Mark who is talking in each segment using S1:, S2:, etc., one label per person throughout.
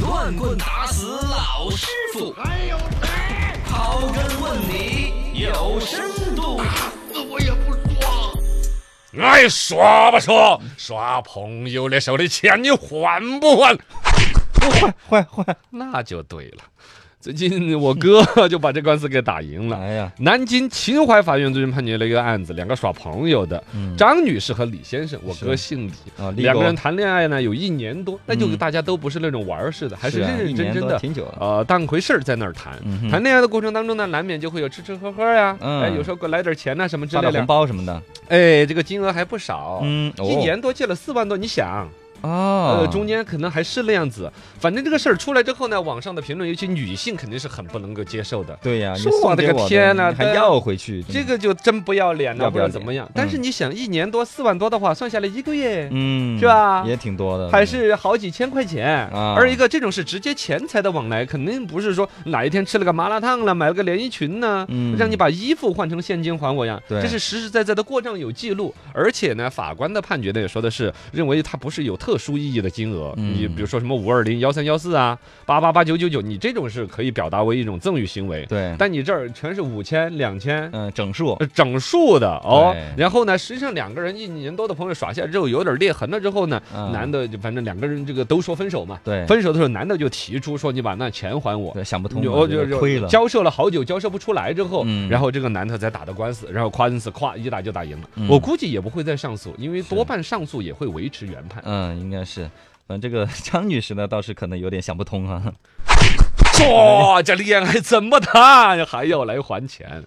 S1: 乱棍打死老师傅，
S2: 还有谁？
S1: 刨根问底有深度。
S2: 那我也不说。
S3: 哎
S4: 爱耍不耍，耍朋友的手里钱你还不还？
S3: 不换换换！
S4: 哎那就对了。最近我哥就把这官司给打赢了。
S3: 哎呀，
S4: 南京秦淮法院最近判决了一个案子，两个耍朋友的张女士和李先生，我
S3: 嗯是
S4: 哥姓李，
S3: 啊，立
S4: 两个
S3: 狗
S4: 人谈恋爱呢有一年多，但就
S3: 嗯
S4: 大家都不是那种玩儿似的，还是
S3: 是啊
S4: 认
S3: 一
S4: 认真
S3: 年
S4: 真
S3: 多
S4: 的。
S3: 挺久了。
S4: 呃，当回事儿在那儿谈
S3: 嗯，哼
S4: 谈恋爱的过程当中呢，难免就会有吃吃喝喝呀，
S3: 嗯
S4: 哎，有时候给我来点钱呐、什么之
S3: 发
S4: 类
S3: 点红
S4: 的，
S3: 包什么的，
S4: 哎，这个金额还不少，
S3: 嗯，
S4: 哦一年多借了四万多，你想，
S3: 啊
S4: 呃，中间可能还是那样子。反正这个事儿出来之后呢，网上的评论，尤其女性肯定是很不能够接受的。
S3: 对呀，你
S4: 说
S3: 送
S4: 我的
S3: 给
S4: 个天
S3: 的
S4: 呐
S3: 你还
S4: 对
S3: 要回去
S4: 这，个就真不要脸了，
S3: 嗯要不
S4: 或
S3: 要
S4: 者
S3: 脸
S4: 怎么样？但是你想，一年多四万多的话，算下来一个月
S3: 嗯，
S4: 是吧
S3: 也挺多的，
S4: 还是好几千块钱。
S3: 嗯啊
S4: 而一个这种是直接钱财的往来，肯定不是说哪一天吃了个麻辣烫了，买了个连衣裙呢，
S3: 嗯
S4: 让你把衣服换成现金还我呀。
S3: 对
S4: 这是实实在在的过账有记录，而且呢，法官的判决呢也说的是认为它不是有特殊意义的金额，
S3: 嗯
S4: 你比如说什么五二零幺三幺四啊，八八八九九九，你这种是可以表达为一种赠与行为，
S3: 对，
S4: 但你这儿全是五千两千。
S3: 嗯，整数，
S4: 呃整数的哦
S3: 对，
S4: 然后呢，实际上两个人一年多的朋友耍下来之后，有点裂痕了之后呢，
S3: 嗯
S4: 男的就反正两个人这个都说分手嘛，
S3: 对
S4: 分手的时候男的就提出说你把那钱还我，
S3: 对，想不通嘛，
S4: 我
S3: 这
S4: 就
S3: 个亏了，
S4: 交涉了好久，交涉不出来之后，
S3: 嗯
S4: 然后这个男的才打的官司，然后官司咵一打就打赢了，
S3: 嗯
S4: 我估计也不会再上诉，因为多半上诉也会维持原判。
S3: 嗯，应该是。嗯，这个 张女士呢，倒是可能有点想不通啊。
S4: 嚯，这恋爱怎么谈？还要来还钱？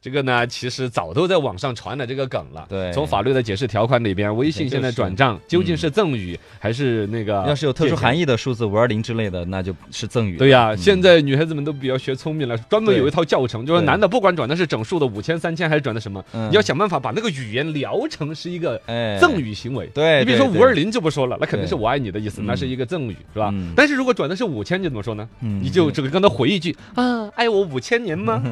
S4: 这个呢，其实早都在网上传了这个梗了。
S3: 对
S4: 从法律的解释条款里边，微信现在转账究竟是赠与还是那个？
S3: 要是有特殊含
S4: 义。
S3: 义的数字五二零之类的，嗯那就是赠与。
S4: 对呀、现在女孩子们都比较学聪明了，专门
S3: 对
S4: 有一套教程，就是
S3: 对
S4: 男的不管转的是整数的五千、三千，还是转的什么，
S3: 嗯
S4: 你要想办法把那个语言聊成是一个
S3: 哎，
S4: 赠与行为。
S3: 对，
S4: 你比如说
S3: 对
S4: 五二，零就不说了，那肯定
S3: 对
S4: 是我爱你的意思，
S3: 嗯
S4: 那是一个赠语，是吧
S3: 嗯？
S4: 但是如果转的是五千，你怎么说呢？
S3: 嗯
S4: 你就只跟他回一句啊，爱我五千年 吗？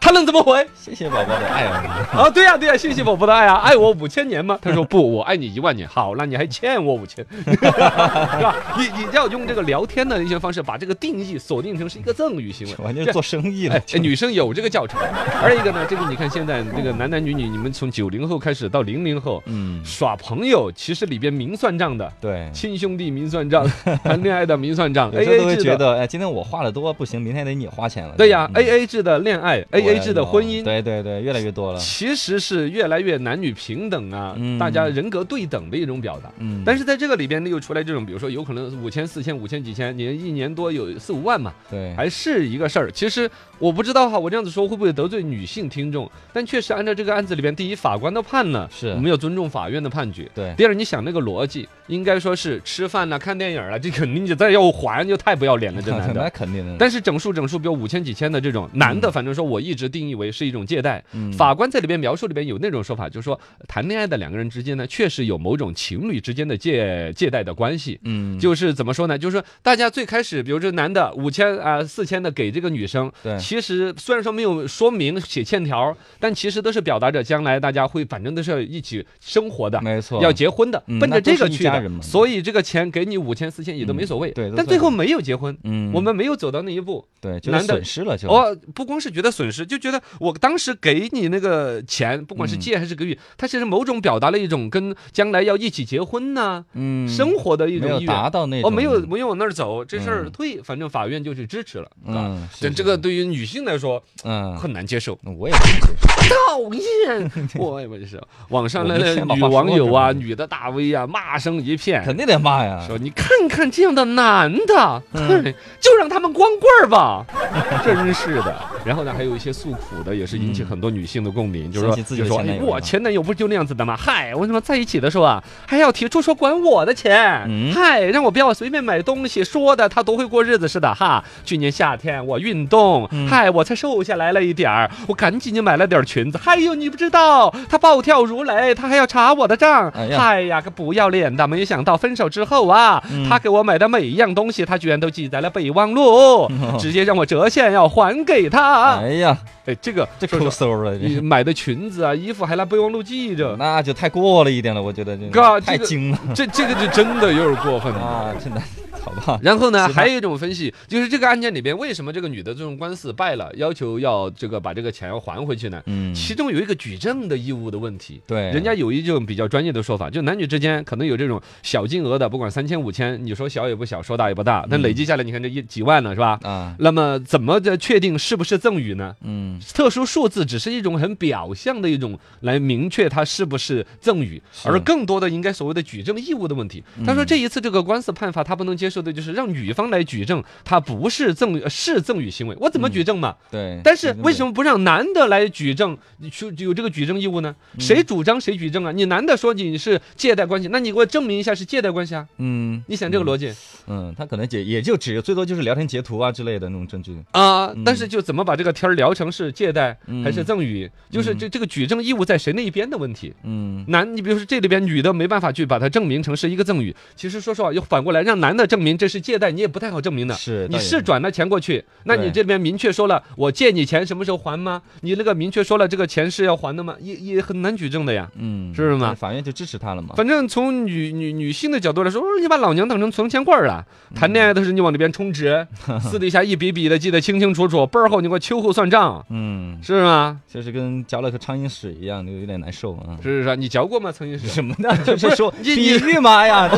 S4: 他能怎么回？
S3: 对谢谢宝宝的爱啊。
S4: 啊，对呀、对呀、谢谢宝宝的爱啊，爱我五千年吗？他说不，我爱你一万年。好，那你还欠我五千， 是吧？你你要用这个聊天的一些方式，把这个定义锁定成是一个赠与行为，
S3: 完全
S4: 这
S3: 是做生意 了
S4: 哎，，哎女生有这个教程，而一个呢，这个你看现在这个男男女女，你们从九零后开始到零零后，
S3: 嗯，
S4: 耍朋友其实里边明算账的，
S3: 对，
S4: 亲兄弟明算 账，谈恋爱的明算账
S3: 有时候
S4: ，A
S3: 都
S4: A
S3: 会
S4: 制
S3: 觉
S4: 的，
S3: 得，哎，今天我花的多不行，明天得你花钱了。
S4: 对呀
S3: 嗯
S4: ，A A 制的恋爱，A
S3: 我
S4: A 制的
S3: 有
S4: 婚姻。
S3: 对对对，越来越多了。
S4: 其实是越来越男女平等啊，
S3: 嗯
S4: 大家人格对等的一种表达。
S3: 嗯，
S4: 但
S3: 是
S4: 是在这个里边呢，又出来这种，比如说有可能五千、四千、五千、几千，你一年多有四五万嘛，
S3: 对，
S4: 还是一个事儿。其实我不知道哈，我这样子说会不会得罪女性听众？但确实按照这个案子里边，第一，法官的判了，
S3: 是
S4: 我们要尊重法院的判决。
S3: 对
S4: 第二，你想那个逻辑，应该说是吃饭呐、看电影儿啊，这肯定就再要还，就太不要脸了，这男
S3: 那
S4: 的。
S3: 肯定的。
S4: 但是整数整数，比如五千几千的这种，男的反正说我一直定义为是一种借贷，
S3: 嗯
S4: 法官在里边描述里边有那种说法，就是说谈恋爱的两个人之间呢，确实有某种情侣之间的借借贷的关系。
S3: 嗯，
S4: 就是怎么说呢？就是说大家最开始，比如这男的五千啊、四千的给这个女生，
S3: 对
S4: 其实虽然说没有说明写欠条，但其实都是表达着将来大家会反正都是要一起生活的。
S3: 没错，
S4: 要结婚的，
S3: 嗯
S4: 奔着
S3: 那都
S4: 这
S3: 是
S4: 个
S3: 一
S4: 去
S3: 家
S4: 的
S3: 人嘛，嗯
S4: 所以这个钱给你五千四千也都没所谓。
S3: 对都
S4: 但
S3: 算
S4: 最后
S3: 是
S4: 没有结婚，
S3: 嗯，
S4: 我们哦没有走到那一步。
S3: 对觉得
S4: 男的
S3: 损失了就。
S4: 我不光是觉得损失，就觉得我当时给你那个钱，不管是
S3: 嗯
S4: 借还是给予，它其实某种表达了一种跟将来要一起结婚呐、
S3: 嗯，
S4: 生活的一
S3: 没
S4: 种
S3: 有
S4: 意
S3: 达
S4: 愿。
S3: 到那
S4: 哦，
S3: 种
S4: 没有没有往那儿走，这事儿
S3: 嗯
S4: 退，反正法院就去支持了。啊，
S3: 嗯，
S4: 这
S3: 是
S4: 这个对于女性来说
S3: 嗯，
S4: 很难接 受。
S3: 那我也不 能接受。
S4: 讨厌，我也不是。网上
S3: 我
S4: 来
S3: 们
S4: 的
S3: 先把
S4: 女
S3: 话
S4: 网
S3: 说
S4: 友
S3: 出
S4: 啊，
S3: 来
S4: 女的大 V 啊，骂声一片。
S3: 肯定得骂呀。
S4: 说你看看这样的男的，哼，就让他们光棍儿吧，嗯 真是的。然后呢，还有一些诉苦的，也是引起很多女性的共鸣，就是说，
S3: 嗯想起自己
S4: 就
S3: 的
S4: 说，
S3: 前男
S4: 哎
S3: 友
S4: 我
S3: 了
S4: 前男友不是就那样子的吗？嗨，我他妈在一起的时候啊，还要提出说管我的钱，
S3: 嗯
S4: 嗨，让我不要随便买东西，说的他多会过日子似的哈。去年夏天我运动，
S3: 嗯
S4: 嗨，我才瘦下来了一点儿，我赶紧就买了点儿裙子。还有你不知道，他暴跳如雷，他还要查我的账，
S3: 哎呀
S4: 嗨。哎呀，个不要脸的！没想到分手之后啊，
S3: 嗯
S4: 他给我买的每一样东西，他居然都记在了备忘 录，直接让我折现要还给他。
S3: 哎呀，
S4: 哎，这个
S3: 这
S4: 说
S3: 抠
S4: 实
S3: 搜了，
S4: 话你
S3: 这
S4: 买的裙子啊、衣服还拿备忘录记着，
S3: 那就太过了一点了，我觉得
S4: 哥
S3: 这太
S4: 这个
S3: 精了
S4: 这这个就真的有点过分了。
S3: 嗯 啊！真的，好不好？
S4: 然后呢，
S3: 是吧
S4: 还有一种分析，就是这个案件里边为什么这个女的这种官司败了，要求要这个把这个钱要还回去呢？
S3: 嗯，
S4: 其中有一个举证的义务的问题。
S3: 对，
S4: 人家有一种比较专业的说法，就男女之间可能有这种小金额的，不管三千五千，你说小也不小，说大也不大，但累积下来，你看这一几万了，是吧？
S3: 啊，
S4: 那么怎么的确定是不是赠与呢？
S3: 嗯，
S4: 特殊数字只是一种很表象的一种来明确它是不是赠与，而更多的应该所谓的举证义务的问题。他说这一次这个官司判罚，他不能接受的就是让女方来举证，他不是赠与呃是赠与行为，我怎么举证嘛？
S3: 哎对。
S4: 但是为什
S3: 么？
S4: 么不让男的来举证，去有这个举证义务呢？
S3: 嗯
S4: 谁主张谁举证啊？你男的说你是借贷关系，那你给我证明一下是借贷关系啊？
S3: 嗯
S4: 你想这个逻辑
S3: 嗯，他可能也也就只最多就是聊天截图啊之类的那种证据。
S4: 啊？但是就怎么把这个天儿聊成是借贷还是
S3: 嗯
S4: 赠与，就是这这个举证义务在谁那一边的问题。
S3: 嗯，
S4: 男，你比如说这里边女的没办法去把它证明成是一个赠与，其实说实话，又反过来让男的证明这是借贷，你也不太好证明的。
S3: 是
S4: 你
S3: 倒也
S4: 是转了钱过去，那你
S3: 对
S4: 这边明确说了我借你钱什么时候还吗？你那个明确说了这个钱是要还的吗？也也很难举证的呀。
S3: 嗯，
S4: 是吗
S3: 但法院就支持他了嘛。
S4: 反正从女女女性的角度来说，哦你把老娘当成存钱罐儿了。
S3: 嗯
S4: 谈恋爱的时候你往里边充值， 私底下一笔笔的记得清清楚楚，倍儿后你给我秋后算账，
S3: 嗯，
S4: 是吗？
S3: 就是跟嚼了个苍蝇屎一样，就有点难受啊。
S4: 是是是，你嚼过吗？曾经是。
S3: 什么呢？ 就是说
S4: 你
S3: 比喻嘛哎呀，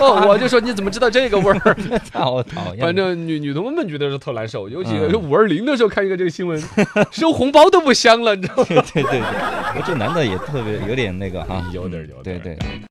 S4: 哦，我就说你怎么知道这个味儿？
S3: 好 讨厌。
S4: 反正女女同们觉得是特难受，尤其
S3: 嗯
S4: 是五二零的时候看一个这个新闻， 收红包都不香了，你知道吗？
S3: 对对对对，我这男的也特别有点那个哈，
S4: 有点儿有
S3: 对
S4: 点儿
S3: 对。